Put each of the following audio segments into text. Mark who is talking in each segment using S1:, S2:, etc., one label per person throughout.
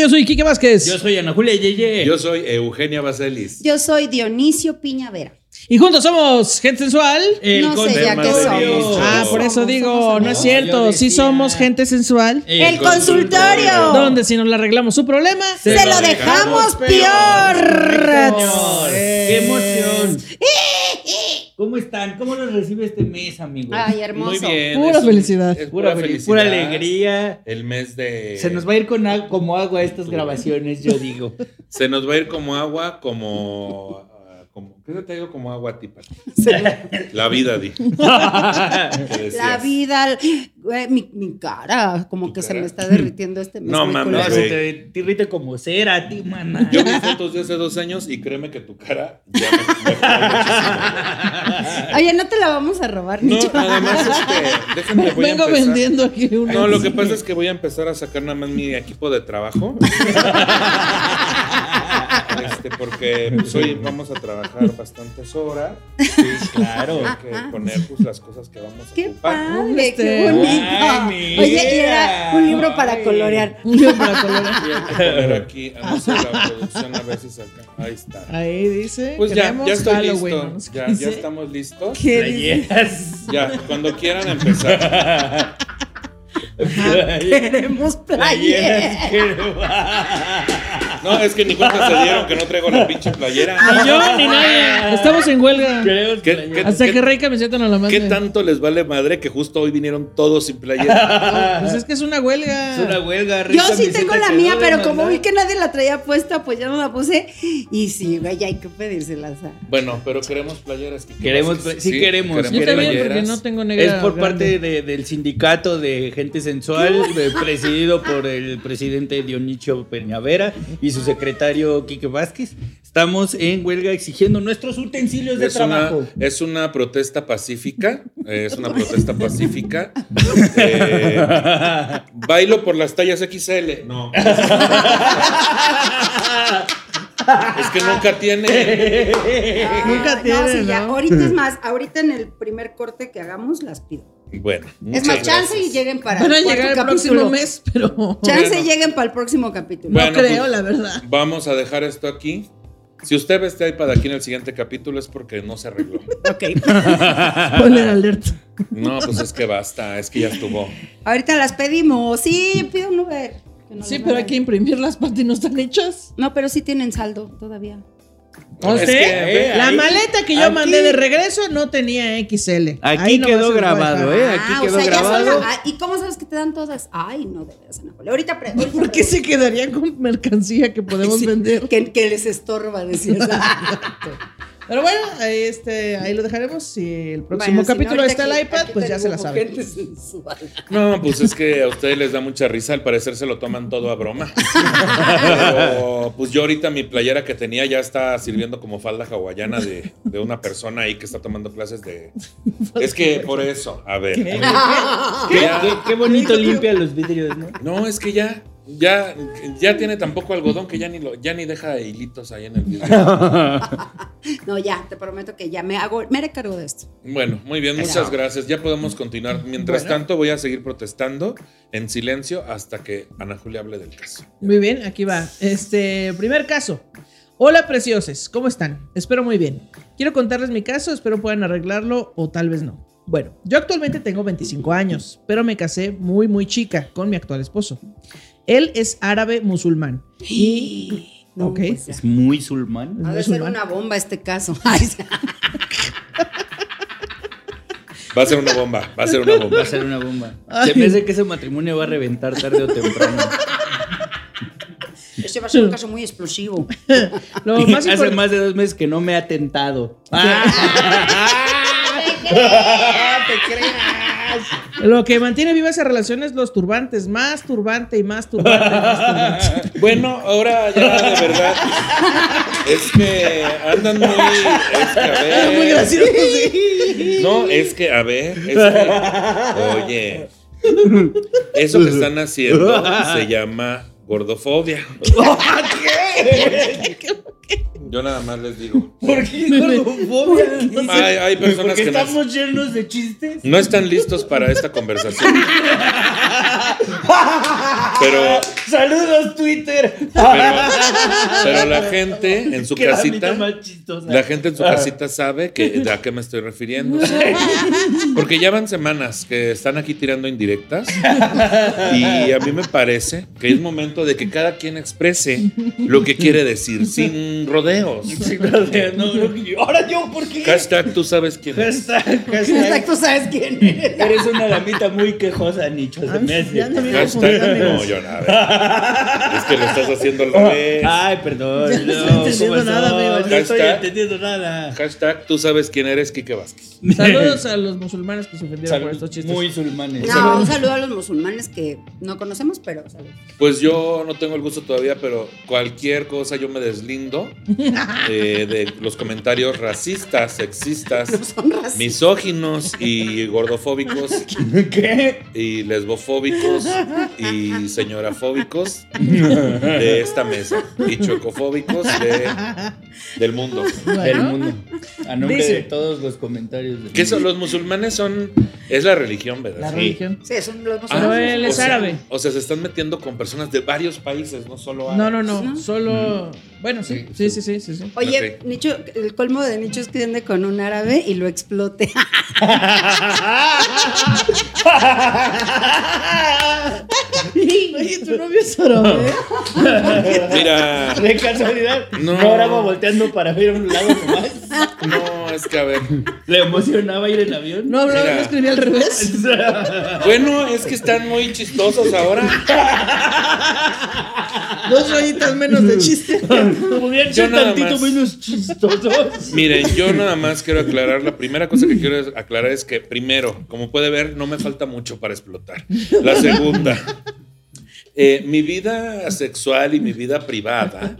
S1: yo soy Quique Vázquez.
S2: Yo soy Ana Julia Yeye.
S3: Yo soy Eugenia Baselis.
S4: Yo soy Dionisio Piñavera.
S1: Y juntos somos Gente Sensual.
S2: el
S4: no sé ya
S2: conservador.
S4: qué somos.
S1: Ah, por eso
S4: Somos,
S1: digo,
S4: somos
S1: no es
S4: amigos.
S1: cierto.
S2: Yo
S1: Sí
S2: decía-
S1: somos Gente Sensual.
S3: Eh,
S2: El
S4: El consultorio.
S1: Donde si nos le arreglamos su problema.
S4: Se lo dejamos
S2: Señor,
S4: peor.
S2: ¡Qué emoción! ¿Cómo están? ¿Cómo los recibe este mes, amigos?
S4: Ay, hermoso.
S3: Muy bien.
S1: Pura
S3: es un-
S1: felicidad.
S3: es
S2: pura,
S3: pura,
S2: fel-
S3: felicidad.
S2: pura alegría.
S3: El mes de.
S2: Se nos va a ir con ag- como agua estas grabaciones, yo digo.
S3: se nos va a ir como agua, como. ah, como ¿Qué te digo? Como agua tipa. La vida, di. que decías.
S4: La vida, güey, mi, mi cara, como
S3: Tu
S4: que se
S3: cara.
S4: me está derritiendo este mes.
S3: No
S4: muy
S3: mames,
S2: No,
S4: culero.
S3: güey.
S2: se te tirrita como cera, a ti, mana.
S3: Yo vi fotos de hace dos años y créeme que tu cara ya me- me-
S4: Oye, no te la vamos a robar,
S3: No,
S4: Nicho.
S3: nada más este, déjenme voy a
S1: Vengo
S3: empezar.
S1: vendiendo aquí una.
S3: No, lo que pasa es que voy a empezar a sacar nada más mi equipo de trabajo. Este, porque pues, hoy vamos a trabajar bastantes horas. Sí, claro. Hay que poner pues, las cosas que vamos a
S4: Qué
S3: ocupar.
S4: padre, qué
S1: Ay,
S4: bonito.
S2: mira.
S4: Oye, y era un libro para
S2: Ay.
S4: colorear.
S1: Un libro para colorear.
S3: Voy a poner aquí a no sé, la producción a ver si saca. Ahí está.
S1: Ahí dice.
S3: Pues ya, ya
S1: queremos
S3: estoy
S1: Halloween,
S3: listo.
S1: no sé
S3: ya,
S1: qué
S3: ya
S1: dice.
S3: estamos listos.
S1: ¿Qué dice?
S2: Playeras.
S3: Ya, cuando quieran empezar.
S4: Queremos player.
S2: Playeras. que-
S3: No, es que ni cuenta se dieron que no traigo la pinche playera.
S1: Ni Ah, yo ni nadie. Estamos en huelga.
S2: Queremos
S3: ¿Qué-
S2: playeras.
S3: qué-
S1: Hasta que Rey camiseta nos la mande.
S3: ¿Qué tanto les vale madre que justo hoy vinieron todos sin playera?
S1: Pues es que es una huelga.
S2: Es una huelga.
S4: Yo
S2: Rita,
S4: sí
S2: me
S4: tengo
S2: siento
S4: la
S2: que
S4: mía,
S2: no
S4: pero
S2: demandar.
S4: como vi que nadie la traía puesta, pues ya no la puse. Y sí, güey, hay que pedírselas a.
S3: Bueno, pero queremos playeras. Kike
S2: Queremos
S3: Vázquez.
S2: pla- sí queremos.
S1: Yo
S2: Yo
S1: también,
S3: playeras.
S1: porque no tengo negra.
S2: Es por
S1: grande.
S2: parte de- del sindicato de gente sensual, eh, presidido por el presidente Dionicho Peñavera y su secretario Quique Vázquez. Estamos en huelga exigiendo nuestros utensilios de
S3: Es una,
S2: trabajo.
S3: es una protesta pacífica. eh, Es una protesta pacífica. Eh, bailo por las tallas XL. No. Es que nunca tiene.
S1: Nunca
S4: Ay,
S1: tiene,
S4: sí, ya.
S1: ¿no?
S4: Ahorita es más, ahorita en el primer corte que hagamos las pido.
S3: Bueno.
S4: es
S3: muchas
S4: más, chance
S3: gracias.
S4: y lleguen para
S1: Van a
S4: cuarto
S1: llegar el
S4: capítulo.
S1: próximo mes, pero. No
S4: Chance
S3: Bueno.
S4: lleguen para el próximo capítulo.
S3: Bueno,
S1: creo,
S3: pues-
S1: la verdad.
S3: Vamos a dejar esto aquí. Si usted ve este iPad aquí en el siguiente capítulo es porque no se arregló.
S4: Ok.
S1: Spoiler alerta.
S3: No, pues es que basta, es que ya estuvo.
S4: Ahorita las pedimos. Sí, pido un Uber. que nos
S1: Sí,
S4: lo
S1: pero hay
S4: manden.
S1: que imprimirlas para ti, no están hechas.
S4: No, pero sí tienen saldo todavía.
S3: Es
S1: ¿Usted?
S3: que,
S2: eh,
S1: La
S2: ahí-
S1: maleta que yo
S2: aquí-
S1: mandé de regreso no tenía XL.
S2: Aquí
S1: Ahí nomás
S2: quedó
S1: se los voy a
S2: grabado,
S1: dejar.
S2: ¿eh? Aquí
S4: ah,
S2: quedó
S4: o sea, ya
S2: grabado.
S4: son. ah, ¿Y cómo sabes que te dan todas? Ay, no, de veras, Ana Julia. Ahorita pre- ahorita
S1: ¿Por qué
S4: pregunto.
S1: se quedarían con mercancía que podemos
S4: Sí,
S1: vender?
S4: Que, que les estorba, decías.
S1: Pero bueno, ahí, este, ahí lo dejaremos. Si el próximo
S4: Bueno, si no,
S1: capítulo
S4: ahorita
S1: está el
S4: aquí-
S1: iPad,
S4: aquí
S1: pues ya se la
S4: tenemos
S1: saben.
S4: gente sensual.
S3: No, pues es que a ustedes les da mucha risa, al parecer se lo toman todo a broma. Pero, pues yo ahorita mi playera que tenía ya está sirviendo como falda hawaiana de, de una persona ahí que está tomando clases de... Es que por eso, a ver.
S2: Qué,
S3: Ya-
S2: qué- qué bonito limpia los vidrios, ¿no?
S3: No, es que ya, ya, ya tiene tampoco algodón que ya ni, lo, ya ni deja hilitos ahí en el video.
S4: No, ya, te prometo que ya me hago, me haré cargo de esto.
S3: Bueno, muy bien, muchas gracias. Ya podemos continuar. Mientras tanto, voy a seguir protestando en silencio hasta que Ana Julia hable del caso.
S1: Muy bien, aquí va. Este, primer caso. Hola preciosos, ¿cómo están? Espero muy bien. Quiero contarles mi caso, espero puedan arreglarlo o tal vez no. Bueno, yo actualmente tengo 25 años, pero me casé muy muy chica con mi actual esposo. Él es árabe musulmán. Y-
S4: No,
S1: ok.
S4: pues ya.
S2: Es muy sulmán.
S4: Ha de ser
S1: musulmán.
S4: una bomba este caso. Ay, sí.
S3: Va a ser una bomba, va a ser una
S2: Va
S3: bomba.
S2: a ser una bomba.
S1: Ay.
S2: Se me hace que ese matrimonio va a reventar tarde o temprano.
S4: Este va a ser un caso muy explosivo.
S1: Lo más Ah.
S2: hace
S1: importante-
S2: más de dos meses que no me ha tentado.
S1: Lo que mantiene viva esa relación es los turbantes, más turbante y más turbante. y más turbante.
S3: Bueno, ahora ya de verdad. Es que andan muy. Es que a ver.
S1: Muy gracioso, sí.
S3: No, es que a ver. Es que, oye. Eso que están haciendo se llama gordofobia. Yo nada más les digo.
S2: ¿Por qué gordofobia? Entonces,
S3: Hay, hay personas
S2: Porque
S3: que no,
S2: estamos llenos de chistes.
S3: no están listos para esta conversación. Pero,
S2: Saludos, Twitter.
S3: pero, pero la gente en su
S2: Que la
S3: casita.
S2: mitad más chistosa.
S3: La gente en su
S2: Ah.
S3: casita sabe que, de a qué me estoy refiriendo. Porque ya van semanas que están aquí tirando indirectas. Y a mí me parece que es momento de que cada quien exprese lo que quiere decir, sin rodeos.
S2: Sí, o sea, no, no, yo- Ahora yo, ¿por qué?
S3: Hashtag tú sabes quién es.
S2: Hashtag, hashtag.
S4: Exacto, sabes quién eres.
S2: Eres una damita muy quejosa, Nicho. Se me hace.
S1: Ya no me
S3: Hashtag
S1: confundan,
S3: no,
S1: amigos.
S3: yo nada. Es que lo estás haciendo al revés.
S2: Ay, perdón.
S1: Ya no estoy
S2: ¿cómo
S1: entendiendo
S2: son?
S1: nada, amigo.
S2: No estoy
S3: Hashtag.
S2: entendiendo nada.
S3: Hashtag tú sabes quién eres, Quique Vázquez.
S1: Saludos a los musulmanes que se ofendieron por estos
S2: Saludos
S1: chistes.
S2: muy sulmanes.
S4: No, un saludo a los musulmanes que no conocemos, pero saludos.
S3: Pues yo no tengo el gusto todavía, pero cualquier cosa yo me deslindo eh, de los comentarios racistas, sexistas,
S4: No son racistas.
S3: misóginos y gordofóbicos
S2: ¿Qué?
S3: y lesbofóbicos y señorafóbicos de esta mesa y chocofóbicos de, del mundo.
S2: Del
S1: Bueno,
S2: mundo. A nombre
S1: Dice-
S2: de todos los comentarios. del
S3: Que son
S2: mundo.
S3: los musulmanes son es la religión, ¿verdad?
S1: La
S3: Sí.
S1: religión.
S4: Sí, son los
S1: Pero
S4: musulmanes.
S1: Ah, él es
S3: sea,
S1: árabe.
S3: O sea, se están metiendo con personas de varios países, no solo
S1: No,
S3: árabes.
S1: no, no.
S4: ¿No?
S1: Solo.
S3: Mm.
S1: Bueno, sí. Sí,
S2: Sí,
S1: sí, sí, sí. sí.
S4: Oye,
S3: Ok.
S4: Nicho, el colmo de Nicho es que ande con un árabe y lo explote.
S1: Oye, tu novio es ¿eh? árabe.
S3: Mira,
S2: De casualidad,
S3: No.
S2: no. grababa volteando para ver un lado nomás.
S3: no, es que a ver.
S2: Le emocionaba ir en avión.
S1: No hablaba,
S3: Mira.
S1: no escribía al revés.
S3: Bueno, es que están muy chistosos ahora.
S1: Dos rayitas menos de chiste.
S2: Podrían
S3: Yo
S2: ser
S3: nada
S2: tantito
S3: más.
S2: menos chistosos.
S3: Miren, yo nada más quiero aclarar, la primera cosa que quiero aclarar es que primero, como puede ver, no me falta mucho para explotar. La segunda, eh, mi vida sexual y mi vida privada,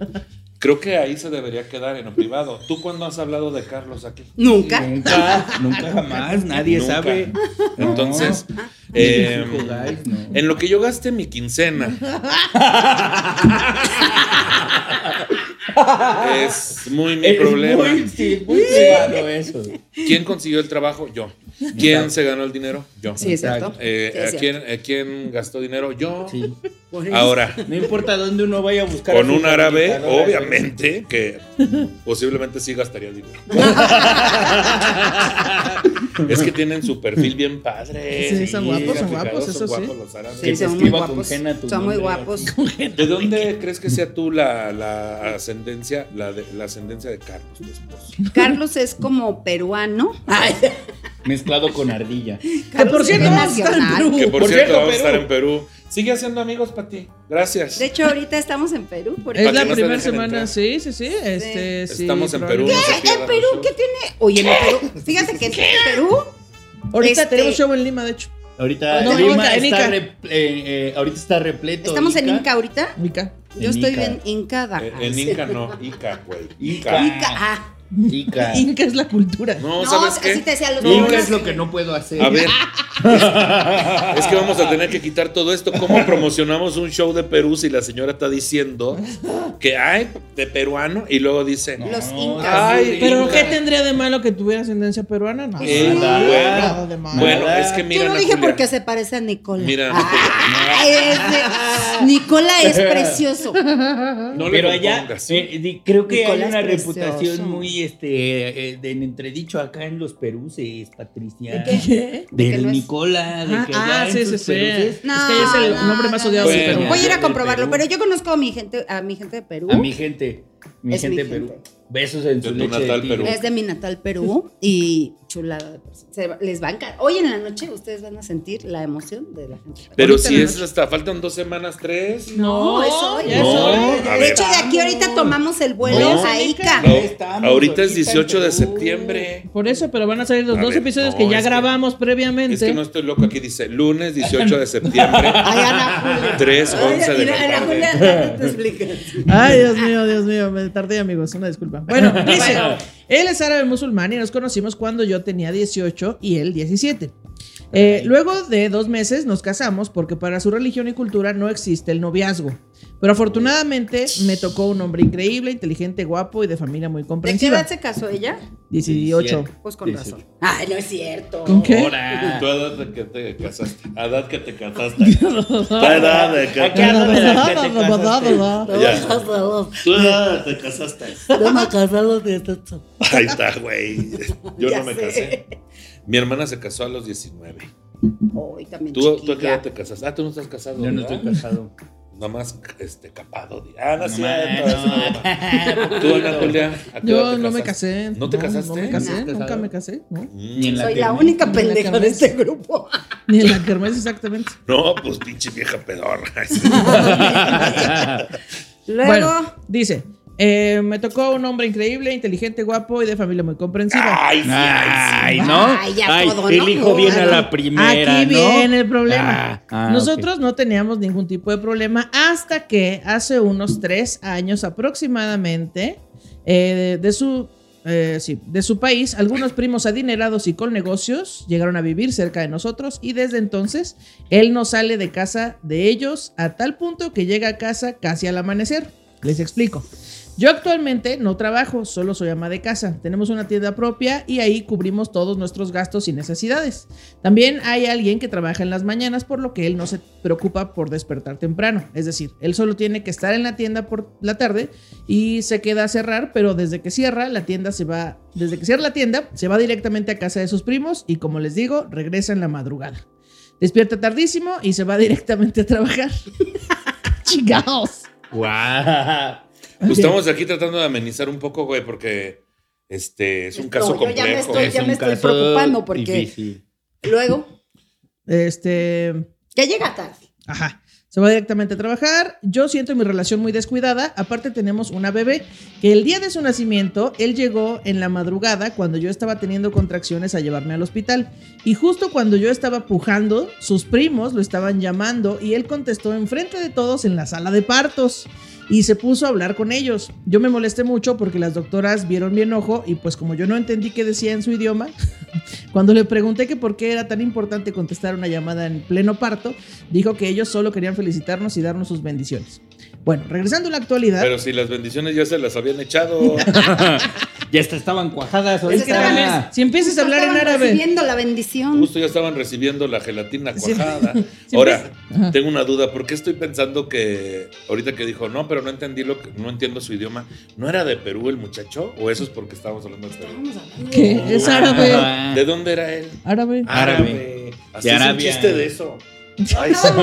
S3: creo que ahí se debería quedar en lo privado. ¿Tú cuándo has hablado de Carlos aquí?
S4: Nunca.
S2: Nunca, nunca jamás, nadie
S3: Nunca.
S2: sabe.
S3: Entonces,
S2: No.
S3: eh,
S2: Ni México, guys, no.
S3: en lo que yo gasté mi quincena. es muy mi
S2: Es
S3: problema.
S2: Muy, sí, muy privado eso.
S3: ¿Quién consiguió el trabajo? Yo. ¿Quién se ganó el dinero? Yo.
S4: Sí, es cierto.
S3: Eh,
S4: Sí, es
S3: ¿a,
S4: cierto.
S3: quién, a quién gastó dinero? Yo.
S2: Sí.
S4: Por eso.
S3: Ahora,
S2: No importa dónde uno vaya a buscar. a
S3: con
S2: su
S3: un árabe,
S2: comunicadora,
S3: obviamente, que posiblemente sí gastaría dinero. es que tienen su perfil bien padre.
S1: Sí, son guapos, son
S3: fijados,
S1: guapos, eso sí.
S3: los árabes.
S2: Que
S4: Sí,
S2: te
S4: son muy
S2: escriba con
S4: guapos.
S2: henna tu
S4: Son muy
S2: nombre.
S4: guapos.
S3: ¿De dónde crees que sea tú la, la ascendencia, la, de, la ascendencia de Carlos, tu esposo?
S4: Carlos es como peruano. Ay,
S2: Mezclado con ardilla.
S1: Que por
S4: Carlos
S1: cierto, vamos
S4: es
S1: a estar en
S4: nacional.
S1: Perú.
S3: Que por,
S2: por
S3: cierto,
S2: cierto,
S3: vamos a estar
S2: Perú.
S3: en Perú. Sigue haciendo amigos para ti. Gracias.
S4: De hecho, ahorita estamos en Perú. Porque
S1: Es
S3: Para
S1: la
S3: que no te
S1: primera
S3: dejen
S1: semana,
S3: entrar.
S1: sí, sí, sí. Este, sí
S3: Estamos en Perú. no
S1: probablemente.
S3: se pierdan
S4: ¿Eh? ¿En
S3: los
S4: Perú
S3: shows.
S4: qué tiene? Oye, en el Perú. Fíjate que en Perú.
S1: Ahorita
S4: Este-
S1: tenemos show en Lima, de hecho.
S2: Ahorita,
S1: No,
S2: Lima
S1: Ica, en Ica.
S2: está re- eh, eh, ahorita está repleto.
S4: Estamos en Inca ahorita.
S1: Mica.
S2: En
S4: Yo estoy
S2: Inca.
S4: en Inca. Baja.
S3: Eh, En Inca no, Ica, güey. Ica.
S2: Ica.
S4: Inca. Ah.
S2: Ica.
S1: Inca es la cultura.
S3: No,
S4: No,
S3: ¿sabes
S4: así te
S3: qué?
S4: decía los
S3: No,
S2: Inca
S4: peruanos.
S2: es lo que no puedo hacer.
S3: A ver. Es, es que vamos a tener que quitar todo esto. ¿Cómo promocionamos un show de Perú si la señora está diciendo que hay de peruano y luego dice.
S2: No,
S4: Los Incas.
S3: Ay,
S1: Pero
S3: Inca.
S1: ¿qué tendría de malo que tuviera ascendencia peruana? No.
S3: Eh,
S2: Nada.
S1: Nada de malo.
S3: Bueno, es que mira.
S4: Yo lo
S3: Ana
S4: dije
S3: Julia,
S4: porque Ah. se parece a Nicola.
S3: Mira.
S4: Ay, ese- Nicola es precioso.
S3: No le
S2: Pero allá
S3: compongas.
S2: eh, di- creo que
S4: Nicolás
S2: hay una
S4: Precioso.
S2: reputación muy este eh, de en entredicho acá en los peruses, Patricia.
S4: ¿De
S1: ¿Qué?
S4: ¿De
S2: Del
S4: qué no es?
S2: Nicola, de
S1: Ah,
S2: que
S1: ah,
S2: allá en
S1: sí, sí,
S2: sus
S1: sí.
S2: peruses,
S4: No,
S1: es que es el
S4: no,
S1: nombre más
S4: no,
S1: odiado
S4: no.
S1: de Perú.
S3: Bueno.
S4: Voy a ir a
S2: Del
S4: comprobarlo,
S2: Perú.
S4: pero yo conozco a mi gente, a mi gente de Perú.
S2: A mi gente, mi
S4: Es
S2: gente
S4: mi
S2: de Perú.
S4: gente.
S2: Besos en
S3: De
S2: su
S3: tu
S2: leche
S3: natal
S2: de tigre.
S3: Perú.
S4: Es de mi natal Perú y chulada de persona. Se va- les va a encantar. Hoy en la noche ustedes van a sentir la emoción de Oh, la gente.
S3: Pero
S1: Ahorita
S3: si
S1: en la
S3: es hasta faltan dos semanas, tres.
S1: No,
S4: eso
S1: ya
S3: No,
S1: eso.
S3: a
S4: de
S3: ver.
S4: hecho, de aquí ahorita tomamos el vuelo
S3: No.
S4: a Ica.
S3: No,
S2: Ahí estamos,
S3: ahorita es
S2: aquí está
S3: 18 de
S2: Perú.
S3: septiembre.
S1: Por eso, pero van a salir los
S3: A
S1: dos
S3: ver,
S1: episodios
S3: no,
S1: que ya
S3: es que-
S1: grabamos previamente.
S3: Es que no estoy loco, aquí dice lunes 18 de septiembre,
S4: Ay, Ana Julia.
S3: 3, 11 de la
S4: Ay, Ana
S3: tarde.
S4: Julia, ahorita te explicas.
S1: Ay, Dios mío, Dios mío, me tardé, amigos, una disculpa. Bueno, dice,
S2: Bueno.
S1: él es árabe musulmán y nos conocimos cuando yo tenía 18 y él 17. Eh, luego de dos meses nos casamos porque para su religión y cultura no existe el noviazgo. Pero afortunadamente me tocó un hombre increíble, inteligente, guapo y de familia muy
S4: ¿De qué
S1: comprensiva.
S4: edad se casó ella?
S1: 18.
S4: Pues con
S2: Dieciocho.
S4: razón. Ay, no es cierto.
S1: ¿Con qué?
S2: Ahora.
S3: Tú a edad de que te casaste. A edad que te casaste. A edad de que
S2: ¿A qué edad de la que te casaste?
S4: No,
S3: Ya.
S4: casado.
S3: Tú a edad de que te casaste.
S4: No me casado los 18.
S3: Ahí está, güey. Yo
S4: Ya
S3: no me
S4: sé.
S3: casé. Mi hermana se casó a los 19.
S4: Ay, también
S3: ¿Tú, ¿Tú a qué
S4: chiquilla.
S3: edad te casaste? Ah, tú no estás casado.
S2: Yo no
S3: ¿verdad?
S2: estoy casado.
S3: Nada más este, capado. di- Ah, no,
S2: No
S3: sí,
S2: mames, no.
S3: Tú, Ana Julia. ¿a qué edad
S1: Yo
S3: te
S1: no me
S3: casaste?
S1: casé.
S3: ¿No te casaste? Mm.
S1: No me casé,
S2: ¿No?
S1: nunca me casé. ¿no?
S2: Ni en
S4: Soy la
S2: tele.
S4: única
S1: Ni la
S4: pendeja de
S1: carnes.
S4: este grupo.
S1: Ni en la Kermés exactamente.
S3: No, pues pinche vieja pedorra.
S4: Luego,
S1: Bueno, dice, eh, me tocó un hombre increíble, inteligente, guapo y de familia muy comprensiva.
S3: Ay, sí, ay,
S2: Ay,
S3: sí.
S2: ¿no?
S4: Ay, a
S2: Ay,
S4: todo, ¿no?
S2: el hijo viene a
S4: Ay,
S2: la primera,
S1: Aquí
S2: ¿no?
S1: viene el problema.
S2: Ah, ah,
S1: Nosotros no teníamos ningún tipo de problema hasta que hace unos tres años aproximadamente eh, de, de su... eh, sí, de su país, algunos primos adinerados y con negocios llegaron a vivir cerca de nosotros y desde entonces él no sale de casa de ellos a tal punto que llega a casa casi al amanecer. Les explico. Yo actualmente no trabajo, solo soy ama de casa. Tenemos una tienda propia y ahí cubrimos todos nuestros gastos y necesidades. También hay alguien que trabaja en las mañanas, por lo que él no se preocupa por despertar temprano. Es decir, él solo tiene que estar en la tienda por la tarde y se queda a cerrar, pero desde que cierra, la tienda se va. Desde que cierra la tienda, se va directamente a casa de sus primos y, como les digo, regresa en la madrugada. Despierta tardísimo y se va directamente a trabajar. Chingados.
S2: ok. Guau.
S3: Pues estamos aquí tratando de amenizar un poco, güey, porque este es un caso
S4: Estoy- yo ya me
S3: complejo.
S4: estoy- ya me estoy preocupando porque-
S2: difícil.
S4: luego,
S1: Este.
S4: ya llega tarde.
S1: Ajá. Se va directamente a trabajar. Yo siento mi relación muy descuidada. Aparte tenemos una bebé que el día de su nacimiento, él llegó en la madrugada cuando yo estaba teniendo contracciones a llevarme al hospital. Y justo cuando yo estaba pujando, sus primos lo estaban llamando y él contestó enfrente de todos en la sala de partos. Y se puso a hablar con ellos. Yo me molesté mucho porque las doctoras vieron mi enojo y pues como yo no entendí qué decía en su idioma, cuando le pregunté que por qué era tan importante contestar una llamada en pleno parto, dijo que ellos solo querían felicitarnos y darnos sus bendiciones. Bueno, regresando a la actualidad,
S3: Pero si las bendiciones ya se las habían echado.
S2: ya hasta estaban cuajadas
S1: es que tal
S4: Estaban-
S1: vez,
S2: ahorita.
S1: si empiezas a hablar en
S4: Estaban
S1: árabe,
S4: Recibiendo la bendición.
S3: Justo ya estaban recibiendo la gelatina
S1: Sí.
S3: cuajada.
S1: Sí,
S3: Ahora,
S1: Ajá.
S3: tengo una duda, ¿por qué estoy pensando que ahorita que dijo, no, pero no entendí lo que, no entiendo su idioma, ¿no era de Perú el muchacho? ¿O eso es porque estábamos hablando de Perú?
S4: Estábamos hablando de-
S1: que es árabe,
S2: Ah,
S3: ¿De dónde era él?
S1: árabe.
S2: Árabe.
S3: Así
S2: De
S3: es un
S2: Arabia.
S3: chiste de eso. Ay, sí, no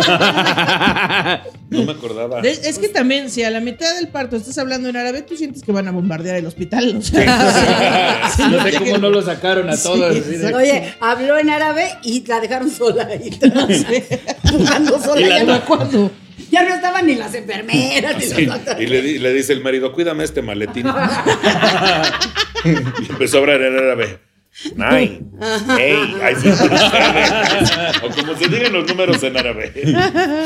S3: me acordaba.
S1: De- Es que también, si a la mitad del parto estás hablando en árabe, tú sientes que van a bombardear el hospital. o sea, sí,
S2: no sé
S1: ya
S2: cómo
S1: que-
S2: no lo sacaron a
S1: Sí,
S2: todos. así de-
S1: exacto.
S4: Oye, habló en árabe y la dejaron sola ahí. no sé, jugando sola.
S3: Y la
S4: Ya
S1: ¿De
S4: no,
S1: acuerdo?
S4: ya no estaban ni las enfermeras ni
S3: Sí,
S4: los doctores.
S3: Y le, di- le dice el marido, cuídame este maletín. y empezó a hablar en árabe. Nine. Hey, ay, sí, o como se digan los números en árabe.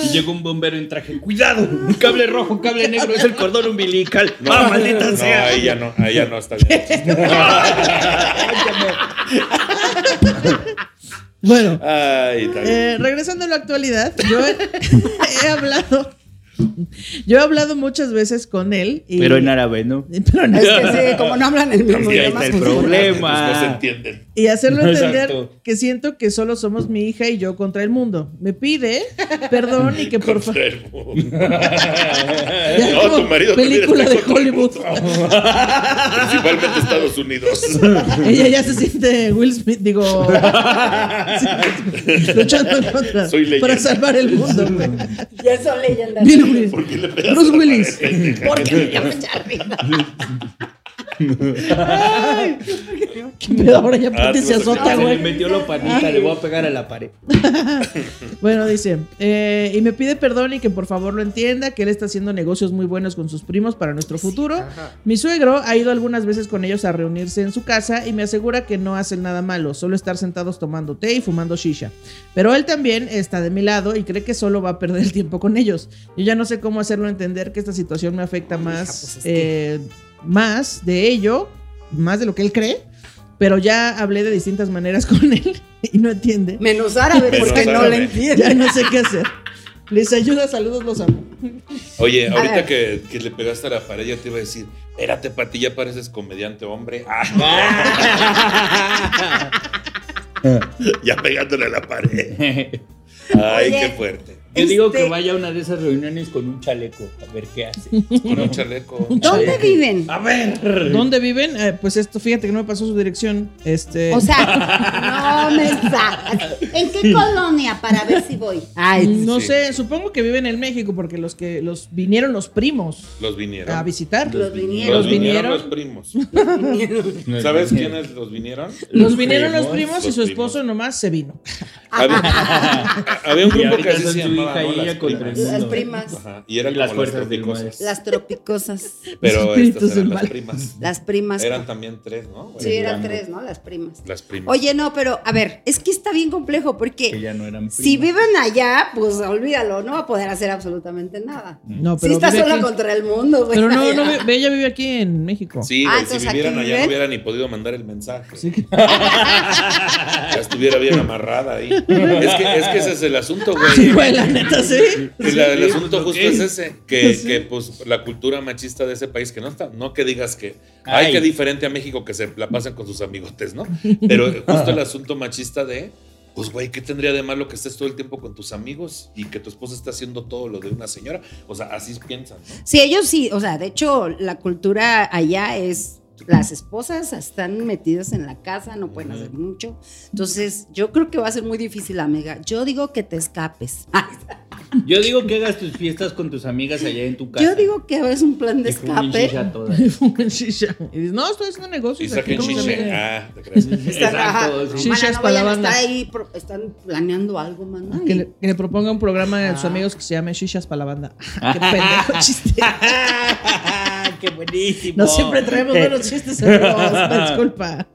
S2: Y llegó un bombero en traje. ¡Cuidado! Un cable rojo, un cable negro. Es el cordón umbilical.
S3: No,
S2: ¡Ah, maldita
S3: no,
S2: sea!
S3: ahí ya no, ahí ya no está bien.
S1: Bueno,
S3: Ay, está bien.
S1: Eh, regresando a la actualidad, yo he, he hablado. Yo he hablado muchas veces con él. y-
S2: Pero en árabe, ¿no?
S1: pero en-
S4: Es que sí, como no hablan el mismo
S3: También ahí
S4: idioma.
S2: está el
S4: pues,
S2: problema.
S3: Pues no se entienden.
S1: Y hacerlo entender
S2: Exacto.
S1: que siento que solo somos mi hija y yo contra el mundo. Me pide perdón y que por favor.
S3: Contra el mundo. Eh, No, tu marido también
S1: película
S3: está
S1: de
S3: contra el
S1: Hollywood.
S3: Principalmente Estados Unidos.
S1: Ella ya se siente Will Smith, digo, sí, luchando contra
S3: Soy leyenda.
S1: para salvar el mundo. güey.
S4: Ya son leyendas.
S1: Bill Willis.
S3: ¿Por qué le pegas
S1: Bruce
S3: a la
S1: Willis.
S3: pared?
S4: ¿Por qué me llaman Charlie?
S1: ¿Qué pedo? Ahora ya
S3: Ah,
S1: ponte
S3: tú
S1: se
S3: vas a
S1: azota,
S2: Se le
S1: güey.
S2: metió la panita, le voy a pegar a la pared.
S1: Bueno, dice, eh, y me pide perdón y que por favor lo entienda, que él está haciendo negocios muy buenos con sus primos para nuestro futuro. Mi suegro ha ido algunas veces con ellos a reunirse en su casa y me asegura que no hacen nada malo, solo estar sentados tomando té y fumando shisha. Pero él también está de mi lado y cree que solo va a perder el tiempo con ellos. Yo ya no sé cómo hacerlo entender que esta situación me afecta más,
S4: pues es
S1: eh, más de ello, más de lo que él cree. Pero ya hablé de distintas maneras con él y no entiende.
S4: Menos árabe,
S3: Menos
S4: porque no
S3: árabe.
S4: la entienden.
S1: Ya no sé qué hacer. Les ayuda, saludos, los amo.
S3: Oye, ahorita
S4: ver.
S3: que, que le pegaste a la pared, yo te iba a decir, espérate, Pati, ya pareces comediante hombre.
S2: Ah.
S3: ya pegándole a la pared. Ay,
S4: Oye.
S3: qué fuerte.
S2: Yo digo
S4: Este-
S2: que vaya a una de esas reuniones con un chaleco, a ver qué hace.
S3: Con un chaleco.
S4: ¿Dónde viven?
S2: A ver.
S1: ¿Dónde viven? Eh, pues esto, fíjate que no me pasó su dirección. Este.
S4: O sea, no me sacas. ¿En qué colonia para ver si voy? Ay,
S1: no
S3: sí.
S1: sé, supongo que viven en México porque los que los vinieron los primos
S3: Los
S1: a
S3: vinieron.
S1: visitar.
S4: los
S1: Los
S4: vinieron.
S1: Ah, vinieron.
S3: los primos.
S4: vinieron.
S3: ¿Sabes quiénes los vinieron?
S1: Los vinieron los primos y
S3: los
S1: su
S3: primos.
S1: esposo nomás se vino.
S3: Había, había un
S2: Y
S3: grupo que
S2: ahorita
S3: así
S2: son
S3: se
S2: su hija
S3: llamaba, ¿no?
S2: y
S3: Las
S2: ella contra
S3: primas.
S2: el
S4: Las
S2: mundo.
S4: primas,
S3: Ajá, Y eran
S2: Y las
S3: como las
S2: fuerzas del
S3: tropicosas.
S2: mal.
S4: las tropicosas,
S3: Pero
S1: Espíritus
S3: estas
S1: del
S3: eran las
S1: mal.
S3: primas.
S4: las primas.
S3: Eran también tres, ¿no?
S4: Sí, eran
S2: Eran-
S4: tres, ¿no? Las primas.
S3: Las primas.
S4: Oye, no, pero a ver, es que está bien complejo
S2: Que
S4: porque
S2: ya no eran
S4: si
S2: primas.
S4: viven allá, pues olvídalo, no va a poder hacer absolutamente nada.
S1: No,
S4: Si
S1: pero.
S4: está
S1: vive
S4: sola
S1: aquí.
S4: contra el mundo, güey.
S1: Pero no,
S4: allá.
S1: no, vi- ella vive aquí en México.
S3: Sí,
S4: Ah,
S3: güey, si
S4: entonces, ¿aquí
S3: vivieran allá
S4: viven?
S3: no hubieran ni podido mandar el mensaje.
S1: Sí.
S3: Ya estuviera bien amarrada ahí. Es que, es que ese es el asunto, güey.
S1: Sí, güey, la neta, sí.
S3: El, el asunto justo
S2: ok.
S3: es ese, que, que, pues la cultura machista de ese país que no está, no que digas que
S2: Ay.
S3: hay que diferente a México que se la pasan con sus amigotes, ¿no? Pero justo el asunto machista de, pues güey, ¿qué tendría de malo que estés todo el tiempo con tus amigos y que tu esposa está haciendo todo lo de una señora? O sea, así piensan, ¿no?
S4: Sí, ellos sí, o sea, de hecho, la cultura allá es. Las esposas están metidas en la casa, no pueden hacer mucho. Entonces, yo creo que va a ser muy difícil, amiga. Yo digo que te escapes. Ay,
S2: Yo digo que hagas tus fiestas con tus amigas allá en tu casa.
S4: yo digo que es un plan de
S2: Y fumen
S4: escape.
S2: shisha todas.
S1: Fumen shisha. Y dices, no, estoy haciendo
S3: Y
S1: negocios. aquí
S3: saquen
S1: con mis
S3: chiche.
S1: amigas".
S3: Ah, te crees.
S4: Están, ajá,
S2: Exacto. sí.
S1: Sí.
S4: mana,
S1: Shishas
S4: no
S1: pa' la
S4: vayan a
S1: banda.
S4: estar ahí, pro- están planeando algo, mana.
S1: Que le, que le proponga un programa a
S4: Ah.
S1: sus amigos que se llame Shishas para la banda. Qué pendejo chiste.
S2: ¡Qué buenísimo!
S1: No siempre traemos buenos chistes, amigos. Me disculpa.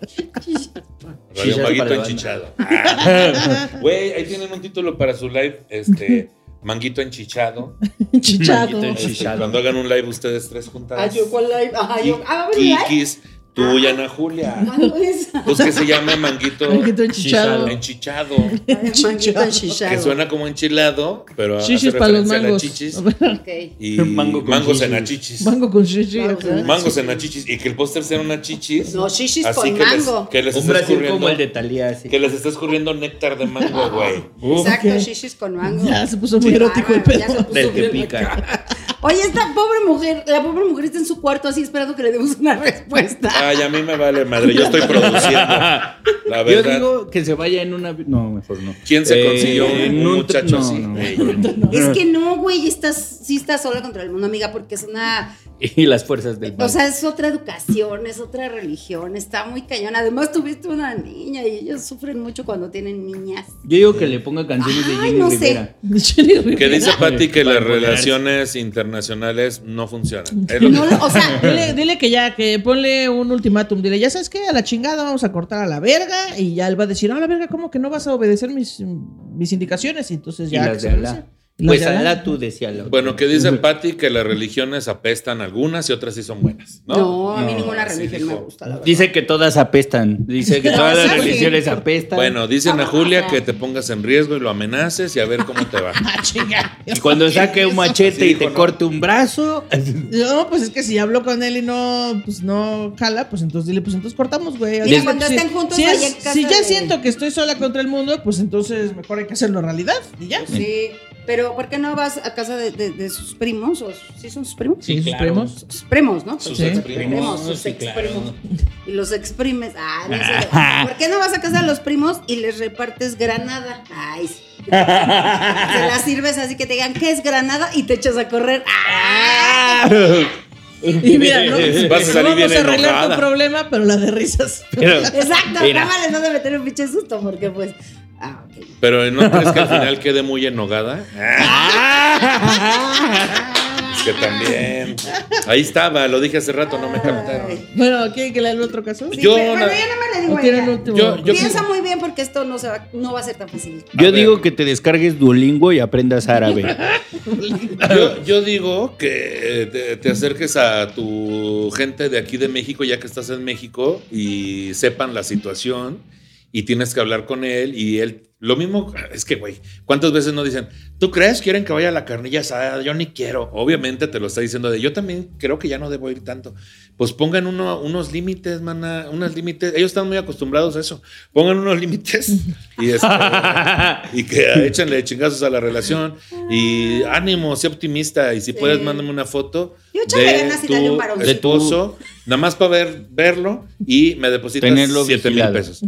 S3: Radio
S2: Chichas
S3: Manguito
S2: para la
S3: enchichado. Ah. Güey, ahí tienen un título para su live, este, Manguito enchichado.
S1: Chichado.
S2: Manguito en
S3: Este,
S2: Enchichado.
S3: cuando hagan un live ustedes tres
S4: Ah,
S3: juntadas.
S4: yo, ¿cuál live? Ah, yo,
S3: Ki-
S4: ah, ¿verdad?
S3: Kikis, tú y Ana Julia.
S4: ¿Cuándo es?
S3: Pues que se llama Manguito
S1: Manguito enchichado.
S3: enchichado.
S4: Manguito
S3: Que
S4: enchichado.
S3: suena como enchilado, pero hace
S1: Shishis para los
S3: referencia a las
S1: mangos.
S3: chichis
S4: Ok.
S3: y
S2: Mango con
S3: mangos
S2: shishis.
S3: en achichis.
S1: Mango con shishi.
S4: Mango con
S1: ajá.
S4: mango.
S3: Mangos en achichis. Y que el póster sea una chichis.
S4: No, shishis con
S3: que les-
S4: mango.
S3: que les
S2: Un
S3: está
S2: Brasil
S3: escurriendo-
S2: como el de Talía, así.
S3: que les está escurriendo néctar de mango, güey.
S2: Uf,
S4: Exacto,
S1: Ok.
S4: shishis con mango.
S1: Ya se puso muy erótico el
S4: bárbaro, ya se
S1: pedo.
S4: puso
S2: del que
S4: bien
S2: pica.
S4: Oye, esta pobre mujer, la pobre mujer está en su cuarto así esperando que le demos una respuesta.
S3: Ay, a mí me vale madre. Yo estoy produciendo. La
S2: Yo
S3: verdad.
S2: digo que se vaya en una. No, mejor no.
S3: ¿Quién se
S2: Eh,
S3: consiguió un,
S2: en un-
S3: muchacho
S2: no,
S3: así?
S2: no,
S3: Ey.
S2: mejor no.
S4: Es que no, güey, estás, sí estás sola contra el mundo, amiga, porque es una,
S2: Y las fuerzas del mal.
S4: o sea, es otra educación, es otra religión, está muy cañón. Además, tuviste una niña y ellos sufren mucho cuando tienen niñas.
S2: Yo digo que le ponga canciones de
S4: Ay,
S2: Jenny
S4: no sé.
S2: Rivera.
S3: Que dice Patti que
S2: Para
S3: las
S2: empoderarse.
S3: relaciones internacionales no funcionan. Es lo
S4: No,
S3: que-
S4: lo- o sea,
S1: Dile, dile que ya, que ponle un ultimátum. Dile, ya sabes que a la chingada vamos a cortar a la verga. Y ya él va a decir, a la verga, ¿cómo que no vas a obedecer mis, mis indicaciones? Y entonces
S2: Y
S1: ya. que
S2: las
S1: se
S2: de
S1: obedece.
S2: Alá.
S1: Y las
S2: Pues
S1: de Alá.
S2: Alá tú decía la otra.
S3: Bueno, que dice Patti que las religiones apestan algunas y otras sí son buenas.
S4: no,
S3: No,
S4: a mí
S2: no,
S4: ninguna
S3: sí
S4: religión me
S3: dijo.
S4: gusta, la verdad.
S2: Dice que todas apestan. Dice que todas las
S4: Sí.
S2: religiones apestan.
S3: Bueno, dicen a Julia que te pongas en riesgo y lo amenaces y a ver cómo te va.
S1: Ah, chinga.
S2: Y cuando saque un machete
S3: Sí,
S2: y te
S3: dijo, no.
S2: corte un brazo.
S1: No, pues es que si habló con él y no, pues no jala, pues entonces dile, pues entonces cortamos, güey. O
S4: Mira,
S1: sea,
S4: cuando
S1: si-
S4: estén juntos
S1: si,
S4: allá en casa
S1: si ya
S4: de-
S1: siento que estoy sola contra el mundo, pues entonces mejor hay que hacerlo realidad y ya.
S4: Sí, pero ¿por qué no vas a casa de, de- de sus primos? ¿O ¿Sí son sus primos?
S1: Sí, sus
S2: claro.
S1: primos.
S4: Sus primos, ¿no?
S3: Sus
S1: Sí.
S3: exprimos.
S4: primos, sus
S2: Sí,
S4: ex
S2: claro.
S4: primos. Y los exprimes. Ah, no sé. ¿Por qué no vas a casa de los primos y les repartes granada? Ay, sí. se la sirves así que te digan, ¿qué es granada? Y te echas a correr. ¡Ah!
S1: Y mira, no,
S3: Vas a
S1: no
S3: salir
S1: vamos
S3: bien
S1: a arreglar tu
S3: enojada.
S1: problema, pero la de risas.
S4: Exacto,
S2: Mira.
S4: no más les vas a meter un pinche susto porque pues. Ah, ok.
S3: Pero ¿no crees que al final quede muy enojada? Ah, Es que también. Ahí estaba, lo dije hace rato, no me captaron.
S1: Bueno, ¿quieren que lea el otro caso?
S4: Sí,
S3: Yo
S4: pero- bueno,
S3: la-
S4: yo no me la digo
S1: ¿O
S4: a
S1: tienen
S4: ella.
S1: último?
S2: Yo- yo-
S4: Piensa muy bien porque esto no, se va, no va a ser tan fácil.
S3: A
S2: Yo
S3: ver.
S2: digo que te descargues Duolingo y aprendas árabe.
S3: Yo, yo digo que eh, te, te acerques a tu gente de aquí de México, ya que estás en México, y sepan la situación y tienes que hablar con él y él, lo mismo, es que, güey, ¿cuántas veces no dicen, ¿tú crees? Quieren que vaya a la carnilla asada, yo ni quiero. Obviamente te lo está diciendo de, yo también creo que ya no debo ir tanto. Pues pongan uno, unos límites, mana, unos límites. Ellos están muy acostumbrados a eso. Pongan unos límites y, este, y que ah, échenle chingazos a la relación y ánimo, sé optimista y si
S4: Sí.
S3: puedes, mándame una foto
S4: Yo échale ganas y dale un varoncito.
S3: de tu oso, nada más para ver, verlo y me depositas
S2: Tenerlo
S3: 7 mil
S2: vigilado.
S3: pesos.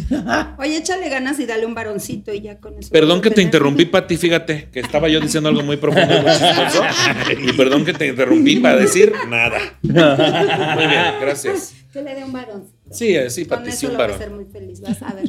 S4: Oye, échale ganas y dale un varoncito y ya con eso.
S3: Perdón que te
S4: Tener-
S3: interrumpí, Pati, fíjate, que estaba yo diciendo algo muy profundo y muy chistoso. Y perdón que te interrumpí para decir nada. Muy bien, gracias.
S4: Que le dé un varoncito.
S3: Sí, eh, sí,
S4: Con
S3: Pati, sí,
S4: eso
S3: un
S4: lo va a
S3: varón.
S4: hacer muy feliz, vas a ver.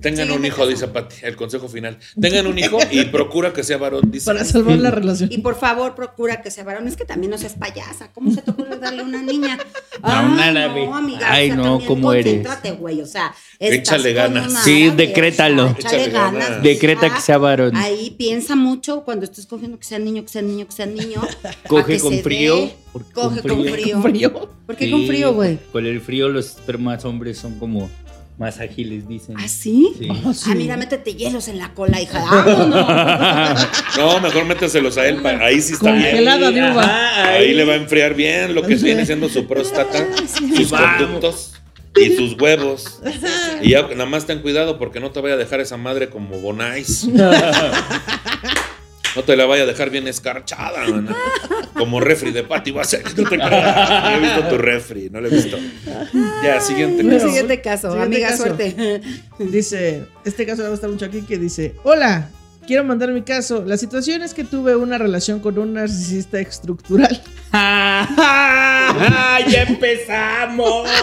S3: Tengan
S4: Sí,
S3: un
S4: me
S3: hijo,
S4: caso.
S3: dice Pati, el consejo final. Tengan un hijo y procura que sea varón, dice.
S1: Para salvar la relación.
S4: Y por favor, procura que sea varón. Es que también no seas payasa. ¿Cómo se te ocurre darle a una niña?
S2: A un árabe. Ay, no, ¿cómo
S4: concéntrate, güey. O sea, estás
S3: Échale
S4: con
S3: ganas.
S4: un
S2: Sí,
S4: árabe,
S2: decrétalo.
S4: o sea, échale
S3: Échale
S4: ganas.
S3: ganas.
S2: Decreta
S4: hija.
S2: que sea varón.
S4: Ahí piensa mucho cuando estés cogiendo que sea niño, que sea niño, que sea niño. a
S2: Coge
S4: que
S2: con
S4: se
S2: frío.
S4: dé.
S2: porque
S4: Coge con frío.
S1: Frío.
S4: ¿Por qué con
S2: Sí,
S4: frío, güey?
S2: Con el frío los más hombres son como más ágiles, dicen.
S4: ¿Ah, sí?
S2: Sí.
S1: Oh, sí.
S4: Ah, mira, métete hielos en la cola, hija. Ah, ¡Vámonos!
S3: No, mejor méteselos a él, pa- ahí sí está bien.
S1: Congelada de uva.
S2: Ajá,
S3: Ahí le va a enfriar bien lo que viene siendo su próstata, sus
S2: Vamos.
S3: conductos y sus huevos. Y ya, nada más ten cuidado porque no te vaya a dejar esa madre como Bonais. No te la vaya a dejar bien escarchada, mana. Como refri de Patty va a ser. No te creas. No he visto tu refri, no lo he visto. Ya, siguiente.
S1: Bueno,
S3: caso.
S4: Siguiente caso,
S1: Siguiente
S4: amiga,
S1: caso.
S4: suerte.
S1: Dice, este caso le va a estar mucho aquí que dice, hola, quiero mandar mi caso. La situación es que tuve una relación con un narcisista estructural.
S2: Ajá, ya empezamos.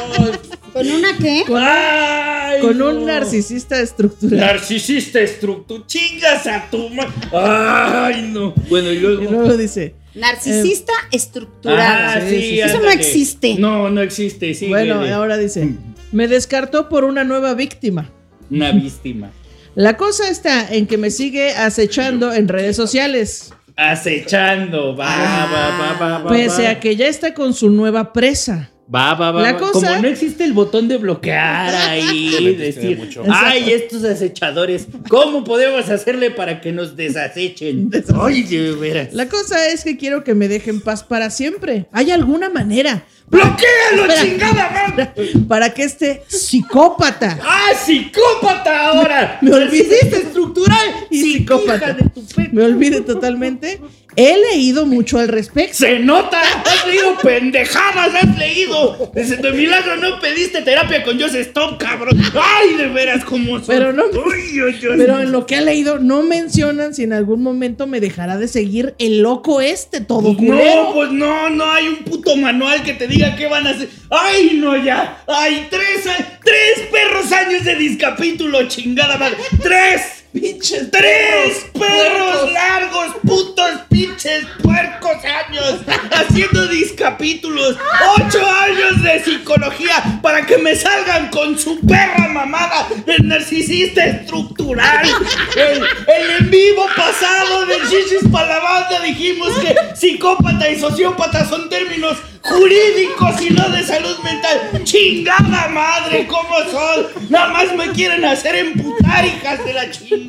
S4: ¿Con una qué?
S2: Ay,
S1: Con
S2: no.
S1: un narcisista estructural.
S2: Narcisista estructura. Chingas a tu madre. Ay, no. Bueno, y luego.
S1: Y luego dice,
S4: Narcisista
S2: Ah,
S4: estructural.
S1: Sí, sí, sí.
S4: Eso no
S2: ándale.
S4: existe.
S2: No, no existe, sí.
S1: bueno, ahora dice, me descartó por una nueva víctima.
S2: Una víctima.
S1: La cosa está en que me sigue acechando en redes sociales,
S2: Acechando. Va,
S4: Ah,
S2: va, va, va, va.
S1: pese
S2: va.
S1: a que ya está con su nueva presa.
S2: Va, va, va.
S1: La
S2: va.
S1: cosa-
S2: Como no existe el botón de bloquear ahí,
S3: Obviamente tiene
S2: decir,
S3: mucho.
S2: ay, estos acechadores, ¿cómo podemos hacerle para que nos desacechen? Ay, de veras.
S1: La cosa es que quiero que me deje en paz para siempre. ¿Hay alguna manera?
S2: ¡Bloquéalo,
S1: Espera.
S2: chingada madre!
S1: Para que este psicópata
S2: ¡Ah, psicópata ahora!
S1: Me olvidé.
S2: Narcisista estructural
S1: Y
S2: Sí,
S1: psicópata.
S2: hija de tu pe-
S1: me olvide totalmente. He leído mucho al respecto.
S2: ¡Se nota! ¡Has leído pendejadas! ¡Has leído! Desde tu milagro no pediste terapia con Joseph Stop, cabrón. ¡Ay, de veras, cómo son!
S1: Pero no-
S2: Uy, uy, uy.
S1: Pero en lo que ha leído no mencionan si en algún momento me dejará de seguir el loco este todo
S2: No,
S1: culero.
S2: pues no, no hay un puto manual que te diga qué van a hacer. ¡Ay, no, ya! ¡Ay, tres, a- tres perros años de discapítulo, chingada madre! ¡Tres!
S1: Pinches
S2: ¡Tres perros,
S1: puercos.
S2: largos, putos, pinches, puercos años! Haciendo discapítulos. ¡Ocho años de psicología para que me salgan con su perra mamada! ¡El narcisista estructural! ¡El, el en vivo pasado de Chichis para la banda! Dijimos que psicópata y sociópata son términos jurídicos y no de salud mental. ¡Chingada madre! ¿Cómo son? Nada más me quieren hacer emputar, hijas de la chingada.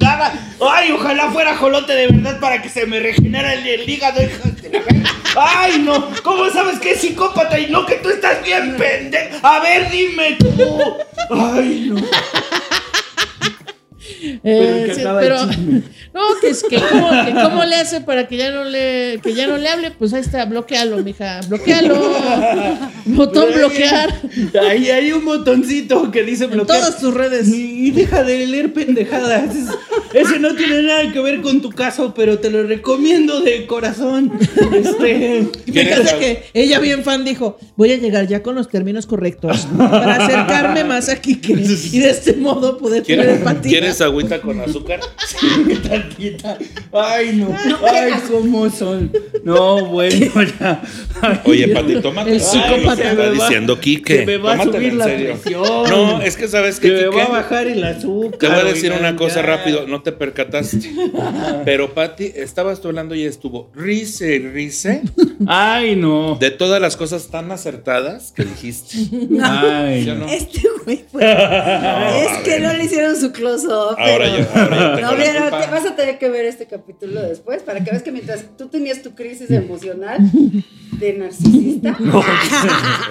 S2: Ay, ojalá fuera jolote de verdad para que se me regenera el, el hígado, hijas de la verga. Ay, no. ¿Cómo sabes que es psicópata y no que tú estás bien pendejo? A ver, dime tú. Ay, no.
S1: Eh,
S2: Pero que
S1: sí,
S2: acaba el
S1: pero-
S2: chisme.
S1: no, que es que cómo, que cómo le hace para que ya no le que ya no le hable, pues ahí está, bloquealo, mija, bloquealo.
S2: Pues,
S1: Botón bloquear
S2: Ahí hay un botoncito que dice
S1: en
S2: bloquear.
S1: todas tus redes.
S2: Y deja de leer pendejadas. Es- Ese no tiene nada que ver con tu caso, pero te lo recomiendo de corazón. Este,
S1: Y
S3: ¿Quién es
S1: Fíjate
S3: la-
S1: que ella bien fan dijo, voy a llegar ya con los términos correctos para acercarme más a Kike y de este modo poder tener
S3: ¿Quieres,
S1: empatía.
S3: ¿Quieres agüita con azúcar?
S2: tantita. Ay, no. Ay, cómo son. No, bueno, ya. Ay,
S3: Oye, Pati, tómate.
S1: El
S3: Ay, los
S1: psicópata
S2: se me
S3: Está
S2: va-
S3: diciendo Quique.
S2: se me va a
S3: tómatelo
S2: subir
S3: en
S2: la
S3: serio.
S2: presión.
S3: No, es que sabes
S2: Que
S3: que
S2: me va a
S3: Quique.
S2: bajar el azúcar.
S3: Te voy a
S2: oigan,
S3: decir una cosa
S2: ya.
S3: rápido, no te percataste. Pero Patti, estabas tú hablando y estuvo rice, y rice
S2: Ay, no.
S3: de todas las cosas tan acertadas que dijiste.
S2: Ay,
S3: Yo
S2: no.
S3: no.
S4: Este güey fue. es que no le hicieron su close-up.
S3: Ahora
S4: pero-
S3: yo- ahora yo tengo
S4: no,
S3: la
S4: pero
S3: culpa.
S4: te vas a tener que ver este capítulo después para que veas que mientras tú tenías tu crisis emocional de narcisista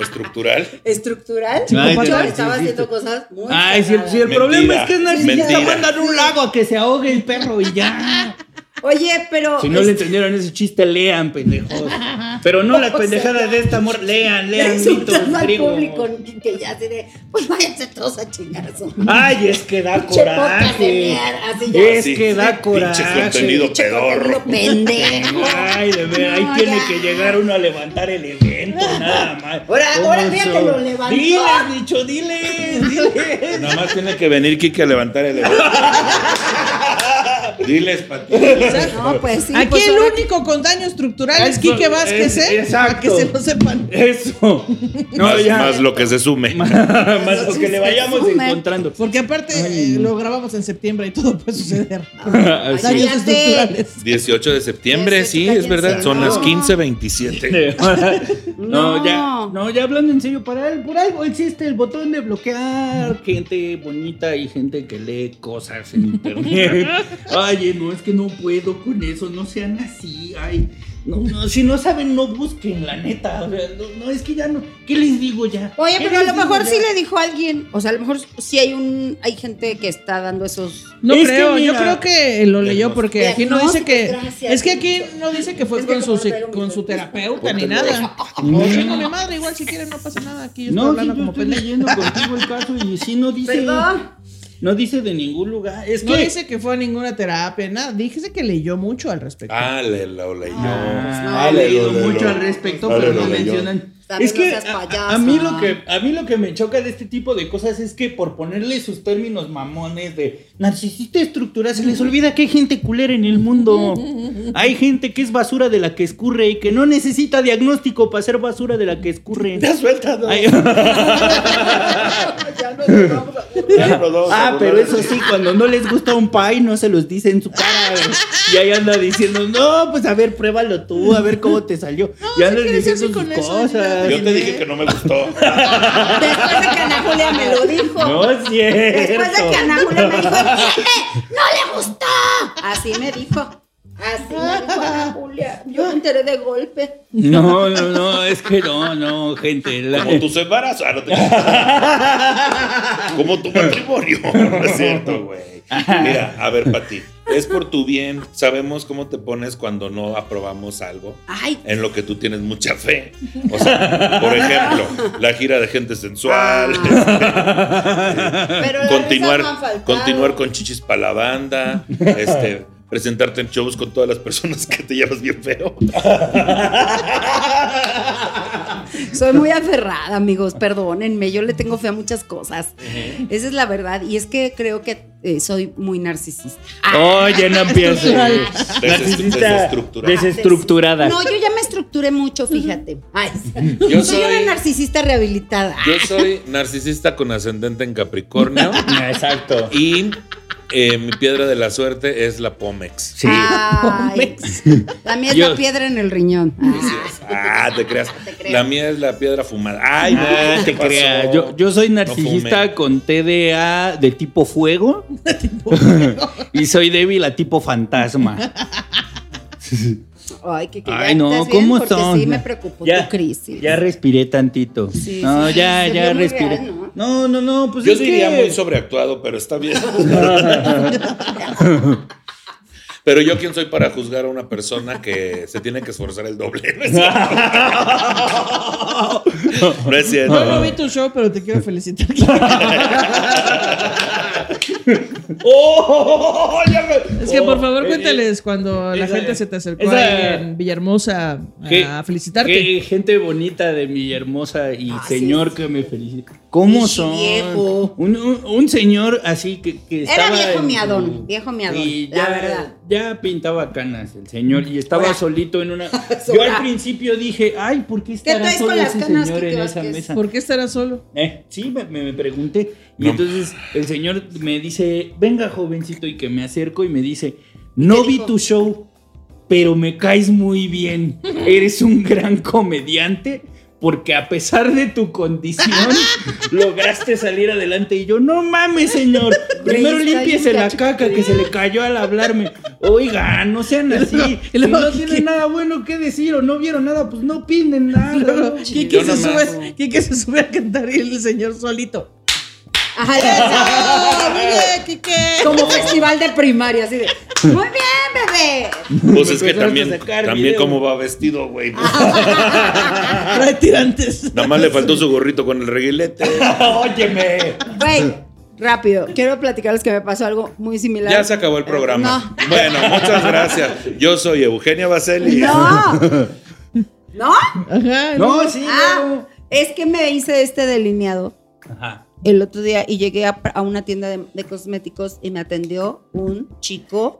S3: Estructural.
S4: estructural,
S2: Ay,
S4: yo
S2: de
S4: estaba
S2: narcisista.
S4: haciendo cosas muy.
S2: Ay, si,
S4: cagadas.
S2: si el
S3: Mentira,
S2: problema es que es narcisista,
S3: mentira.
S2: mandan un lago a que se ahogue el perro y ya.
S4: Oye, pero.
S2: Si no le
S4: este,
S2: entendieron ese chiste, lean, pendejos. Pero no las
S4: O sea,
S2: pendejadas de esta amor, lean,
S4: le
S2: lean mitos
S4: insultando al
S2: griegos.
S4: público que- que ya se de. Pues váyanse todos a chingar a su madre.
S2: Ay, es que da
S4: Pinche podcast de
S2: coraje.
S4: mierda, así ya.
S2: Es
S3: Sí.
S2: que da
S3: Pinche
S2: coraje.
S3: contenido
S4: Pinche contenido
S3: pedorro.
S4: pendejo.
S2: Ay, de ver, ahí
S4: No,
S2: tiene
S4: ya.
S2: que llegar uno a levantar el evento, nada más. Oh,
S4: Ahora-
S2: ¿Cómo
S4: ahora mira
S2: son?
S4: que lo levantó.
S2: Diles, dicho, diles, diles.
S3: Nada más tiene que venir Quique a levantar el evento. Diles, Pati.
S4: No, pues sí.
S1: Aquí
S4: pues
S1: el
S4: ahora-
S1: único con daño estructural es
S2: Eso,
S1: Quique Vázquez,
S2: es-
S1: ¿eh? Para que
S2: exacto.
S1: se lo sepan.
S2: Eso. No,
S3: más,
S2: ya.
S3: más lo que se sume.
S2: más lo que le vayamos
S4: Resumen.
S2: encontrando.
S1: Porque aparte eh, lo grabamos en septiembre y todo puede suceder.
S2: Así.
S1: Daños
S4: Cállate.
S1: estructurales.
S3: 18 de septiembre,
S4: 18,
S3: sí, es
S4: cállense,
S3: verdad. Son
S4: no.
S3: las 15.27.
S2: No,
S4: No.
S2: ya, no, ya hablando en serio, para él, por algo existe el botón de bloquear gente bonita y gente que lee cosas en internet. Ay, no, es que no puedo con eso, no sean así, ay. No, no, si no saben, no busquen, la neta. o sea, no, no, es que ya no. ¿Qué les digo ya?
S4: Oye,
S2: ¿Qué
S4: pero a
S2: les
S4: lo
S2: digo
S4: mejor
S2: ya?
S4: sí le dijo alguien. O sea, a lo mejor sí hay un hay gente que está dando esos.
S1: No
S2: Es que
S1: creo, yo
S2: mira-
S1: creo que lo leyó
S3: Diagnóstico.
S1: porque aquí no dice que.
S4: Gracias,
S1: Es que aquí
S4: mucho.
S1: no dice que fue
S4: Es que
S1: con su,
S4: como no traigo
S1: con
S4: mis
S1: su
S4: lentes.
S1: terapeuta ni
S3: Porque
S1: nada.
S2: Ah, no.
S1: O tengo mi madre, igual si quieren no pasa nada. Aquí yo estoy
S2: No, sí,
S1: hablando
S2: yo
S1: como
S2: estoy
S1: pendejo.
S2: leyendo contigo el caso y sí no dice.
S4: Perdón.
S2: No dice de ningún lugar. Es
S1: No
S2: que.
S1: dice que fue a ninguna terapia, nada. Díjese que leyó mucho al respecto.
S3: Ah, le lo leyó.
S2: Ah,
S3: Ah,
S2: he
S3: le
S2: leído
S3: lo- le
S2: mucho
S3: lo-
S2: al respecto,
S3: Ah, le
S2: pero
S3: lo
S2: no
S3: leyó.
S2: mencionan.
S4: También
S2: Es que
S4: no seas
S2: a, a-
S4: payaso.
S2: a mí lo que a mí lo que me choca de este tipo de cosas es que por ponerle sus términos mamones de narcisista estructural se les olvida que hay gente culera en el mundo. Hay gente que es basura de la que escurre y que no necesita diagnóstico para ser basura de la que escurre.
S3: Te has sueltado.
S2: Ay,
S4: Ya no nos vamos a-
S2: ah, pero eso sí, cuando no les gusta un pie, no se los dice en su cara. güey. Y ahí anda diciendo, no, pues a ver, pruébalo tú, a ver cómo te salió. y
S1: si
S2: andas
S1: quieres
S2: diciendo
S1: así
S2: sus
S1: con eso,
S2: cosas.
S3: Yo te dije que no me gustó.
S4: Después de que Ana Julia me lo dijo.
S2: No es cierto.
S4: Después de que Ana Julia me dijo, "Mire, ¡No le gustó! Así me dijo. Así me dijo Ana Julia. Yo me enteré de golpe.
S2: No, no, no, es que no, no, gente. la-
S3: Como tus embarazos. Ah, no te- Como tu matrimonio. No es cierto, güey. Mira, a ver, Pati. Es por tu bien. Sabemos cómo te pones cuando no aprobamos algo.
S4: Ay,
S3: en lo que tú tienes mucha fe. O sea, por ejemplo, la gira de gente sensual,
S4: Ah.
S3: este,
S4: pero la
S3: continuar,
S4: risa no ha faltado.
S3: continuar con chichis para la banda, este, presentarte en shows con todas las personas que te llevas bien feo.
S4: Soy muy aferrada, amigos, perdónenme, yo le tengo fe a muchas cosas. Esa es la verdad, y es que creo que eh, soy muy narcisista. Ah.
S2: Oye, no empieces.
S1: Estructural.
S2: Narcisista
S3: Desestructurada.
S2: desestructurada.
S4: No, yo ya me estructuré mucho, fíjate. Ay,
S3: Yo
S4: soy
S3: soy-
S4: una narcisista rehabilitada.
S3: Yo soy narcisista con ascendente en Capricornio
S2: Ah, Exacto.
S3: y eh, mi piedra de la suerte es la Pomex.
S2: Sí.
S4: Ay, la mía es
S2: Yo-
S4: la piedra en el riñón.
S3: Así es. Ah, te creas.
S4: Te creas.
S3: La mía es la piedra fumada. Ay, no,
S2: Ah,
S3: ¿qué
S2: te creas.
S3: pasó?
S2: Yo, yo soy
S3: No
S2: narcisista
S3: fume.
S2: con TDA de tipo fuego. y soy débil a tipo fantasma.
S4: Ay, que, que ya
S2: Ay, no,
S4: estás bien,
S2: ¿cómo
S4: porque
S2: son?
S4: Sí, me preocupó tu crisis.
S2: Ya respiré tantito.
S4: Sí,
S2: no,
S4: sí,
S2: ya,
S4: se
S2: ya
S4: vio muy
S2: respiré.
S4: real,
S2: ¿no? no, no, pues
S3: Yo
S2: es
S3: diría
S2: que-
S3: muy sobreactuado, pero está bien. pero yo quién soy para juzgar a una persona que se tiene que esforzar el doble. No es cierto. No es cierto.
S1: Yo no vi tu show, pero te quiero felicitar.
S2: ¡Oh! Ya me-
S1: Es que por
S2: oh,
S1: favor
S2: eh,
S1: cuéntales cuando la
S2: esa-
S1: gente se te acercó
S2: esa-
S1: ahí en Villahermosa
S2: Qué-
S1: a felicitarte.
S2: qué gente bonita de mi hermosa y
S4: Así
S2: señor
S4: es.
S2: que me felicita. ¿Cómo
S4: Pinche
S2: son?
S4: viejo.
S2: Un, un- un señor así que, que
S4: Era
S2: estaba
S4: viejo
S2: en
S4: miadón,
S2: su-
S4: viejo miadón,
S2: Y
S4: la
S2: ya
S4: verdad.
S2: ya pintaba canas el señor y estaba
S4: Ahora.
S2: solito en una. Yo
S4: Sola.
S2: al principio dije, ay, ¿por qué estará
S4: traes con
S2: solo
S4: las
S2: ese
S4: canas,
S2: señor
S4: Kike
S2: en esa
S4: Vázquez?
S2: mesa?
S1: ¿Por qué estará solo?
S2: Eh, sí, me, me- me pregunté. Y
S3: No.
S2: entonces el señor me dice, venga jovencito, y que me acerco y me dice, no vi
S4: dijo?
S2: tu show, pero me caes muy bien. Eres un gran comediante. Porque a pesar de tu condición, lograste salir adelante. Y yo, no mames, señor. Primero
S4: Reíste ahí,
S2: límpiese la
S4: muchacho.
S2: caca que se le cayó al hablarme. Oiga, no sean así.
S1: Y luego,
S2: no tienen
S1: ¿qué?
S2: nada bueno que decir o no vieron nada, pues no piden nada.
S1: Luego,
S2: ¿no?
S1: Quique se,
S3: Yo nomás.
S1: sube, Quique se sube a cantar y el señor solito. Ah,
S4: Ajá, ya está.
S1: ¡Oye, Quique!
S4: Como festival de primaria, así de. Muy bien, bebé.
S3: Pues
S2: Me
S3: es que
S2: empezaron a
S3: también,
S2: sacar
S3: también
S2: video.
S3: cómo va vestido, güey.
S4: Ah,
S3: pues.
S1: Trae tirantes.
S3: Nada más le faltó su gorrito con el reguilete.
S2: Óyeme.
S4: Güey, rápido. Quiero platicarles que me pasó algo muy similar.
S3: Ya se acabó el programa.
S1: Eh,
S3: Bueno, muchas gracias. Yo soy Eugenia Baseli.
S4: No. No. ¿No?
S1: Ajá.
S2: No, sí.
S4: Ah, es que me hice este delineado
S2: Ajá.
S4: el otro día y llegué a, a una tienda de, de cosméticos y me atendió un chico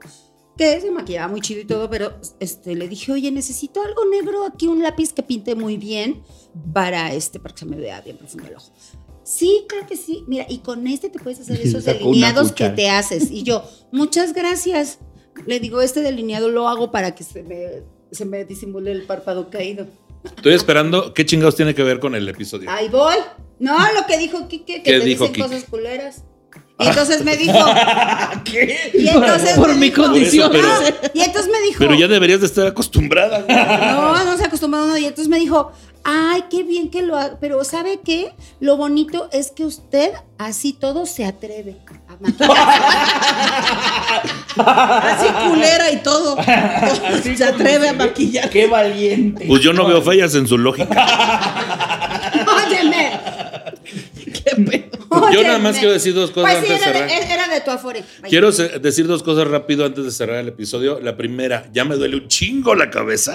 S4: que se maquillaba muy chido y todo, pero este, le dije, oye, necesito algo negro aquí, un lápiz que pinte muy bien para, este, para que se me vea bien profundo el ojo. Sí, claro que sí. Mira, y con este te puedes hacer
S2: Y le
S4: esos
S2: sacó una
S4: delineados que
S2: cuchara.
S4: te haces. Y yo, muchas gracias. Le digo, este delineado lo hago para que se me, se me disimule el párpado caído.
S3: Estoy esperando qué chingados tiene que ver con el episodio.
S4: Ahí voy. No, lo que dijo Kike, que
S3: ¿Qué
S4: te
S3: dijo
S4: dicen
S3: Quique?
S4: cosas culeras. Y entonces me dijo.
S2: ¿Qué?
S4: Y entonces
S1: Por
S4: me
S1: mi
S4: dijo-
S1: condición.
S3: Por eso,
S4: Ah, y entonces me dijo.
S3: Pero ya deberías de estar acostumbrada. güey.
S4: No, no se acostumbra uno. Y entonces me dijo, ay, qué bien que lo haga. Pero ¿sabe qué? Lo bonito es que usted así todo se atreve a maquillarse.
S1: Así culera y todo. se atreve a maquillar.
S2: Qué valiente.
S3: Pues yo no veo fallas en su lógica.
S4: Óyeme.
S1: Qué pedo.
S3: Yo
S4: óyeme.
S3: nada más quiero decir dos cosas
S4: Pues sí,
S3: antes de
S4: era
S3: cerrar.
S4: de, era de tu afore. Vaya.
S3: Quiero se- decir dos cosas rápido antes de cerrar el episodio. La primera, ya me duele un chingo la cabeza.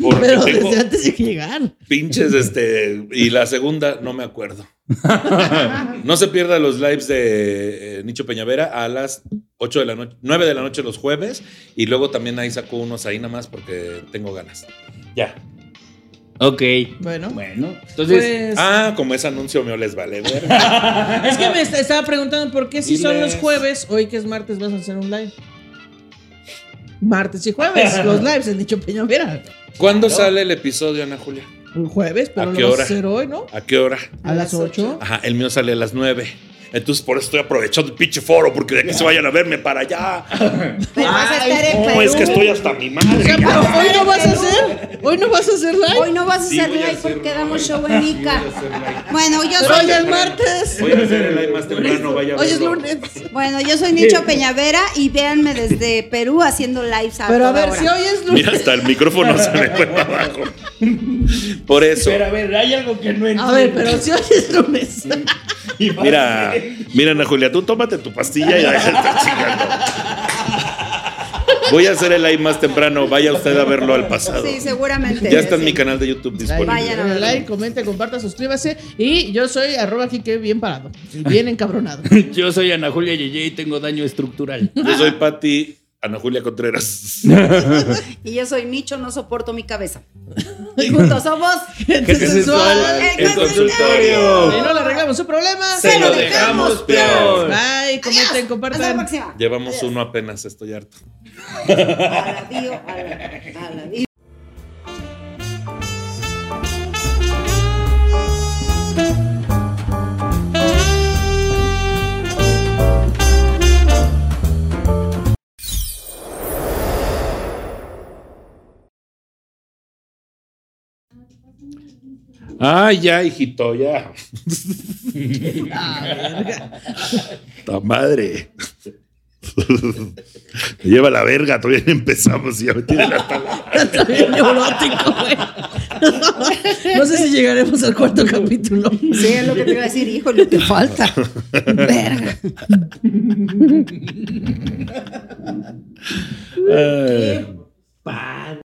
S3: Porque
S1: Pero
S3: tengo
S1: desde antes de que llegar.
S3: pinches, este. Y la segunda, no me acuerdo. No se pierda los lives de eh, Nicho Peñavera a las 8 de la noche, 9 de la noche los jueves. Y luego también ahí sacó unos ahí nada más porque tengo ganas. Ya.
S2: Ok.
S1: Bueno.
S2: Bueno, entonces.
S1: Pues,
S3: Ah, como es anuncio mío, les vale. ver.
S1: es que me est- estaba preguntando por qué si son los
S2: Diles.
S1: jueves, hoy que es martes vas a hacer un live. Martes y jueves, los lives, el dicho Peña, mira.
S3: ¿Cuándo sale el episodio, Ana Julia?
S1: Un jueves,
S3: ¿A
S1: pero
S3: qué
S1: lo vas
S3: hora?
S1: a hacer hoy, ¿no?
S3: ¿A qué hora?
S1: A las 8.
S3: Ajá, el mío sale a las 9. Entonces por eso estoy aprovechando el pinche foro, porque de aquí se vayan a verme para allá.
S4: Pero vas a estar en
S3: No,
S4: Perú.
S3: es que estoy hasta mi
S1: O sea,
S3: madre.
S1: pero
S3: ya.
S1: hoy no vas a hacer, hoy no vas a hacer live.
S4: Hoy no vas a
S3: Sí,
S4: hacer
S3: voy a
S4: live
S3: hacer
S4: porque
S3: live.
S4: damos show en Ica. Bueno, yo
S1: Pero
S4: soy.
S1: hoy es martes.
S3: Voy a hacer el live más temprano, vaya a
S1: Hoy es
S3: verlo.
S1: lunes.
S4: Bueno, yo soy Nicho Peñavera y véanme desde Perú haciendo lives a
S1: Pero a
S4: toda
S1: ver,
S4: hora.
S1: si hoy es lunes.
S3: Mira, hasta el micrófono se me fue para abajo. Por eso,
S2: Pero a ver, hay algo que no entiendo.
S1: A ver, pero si hoy es lunes.
S2: Y va a
S3: mira,
S2: ser-
S3: mira, Ana Julia, tú tómate tu pastilla y deja de estar chingando. Voy a hacer el live más temprano, vaya usted a verlo al pasado.
S4: Sí, seguramente.
S3: Ya está en
S4: Sí.
S3: mi canal de YouTube disponible.
S4: Vayan a
S1: Dale
S4: verlo.
S1: like, comente, comparta, suscríbase. Y yo soy arroba Quique bien parado. y Bien encabronado.
S2: Yo soy Ana Julia Yeye y tengo daño estructural.
S3: Yo soy Pati Ana Julia Contreras.
S4: Y yo soy Nicho, no soporto mi cabeza. Y juntos somos.
S1: Gente sensual.
S4: el
S3: el consultorio.
S1: Si no le arreglamos su problema,
S3: Se lo dejamos peor.
S1: Bye, comenten,
S4: Hasta la
S1: compartan.
S4: próxima.
S3: Llevamos uno apenas, estoy harto.
S4: Alabío, alabío, alabío.
S3: Ah, ya, hijito, ya.
S1: Ah,
S3: Ta madre. Me lleva la verga, todavía no empezamos y ya me tienen hasta la-
S1: Está bien neurótico, güey. No sé si llegaremos al cuarto capítulo.
S4: Sí, es lo que te iba a decir, hijo, lo que falta. Verga.
S3: Ay.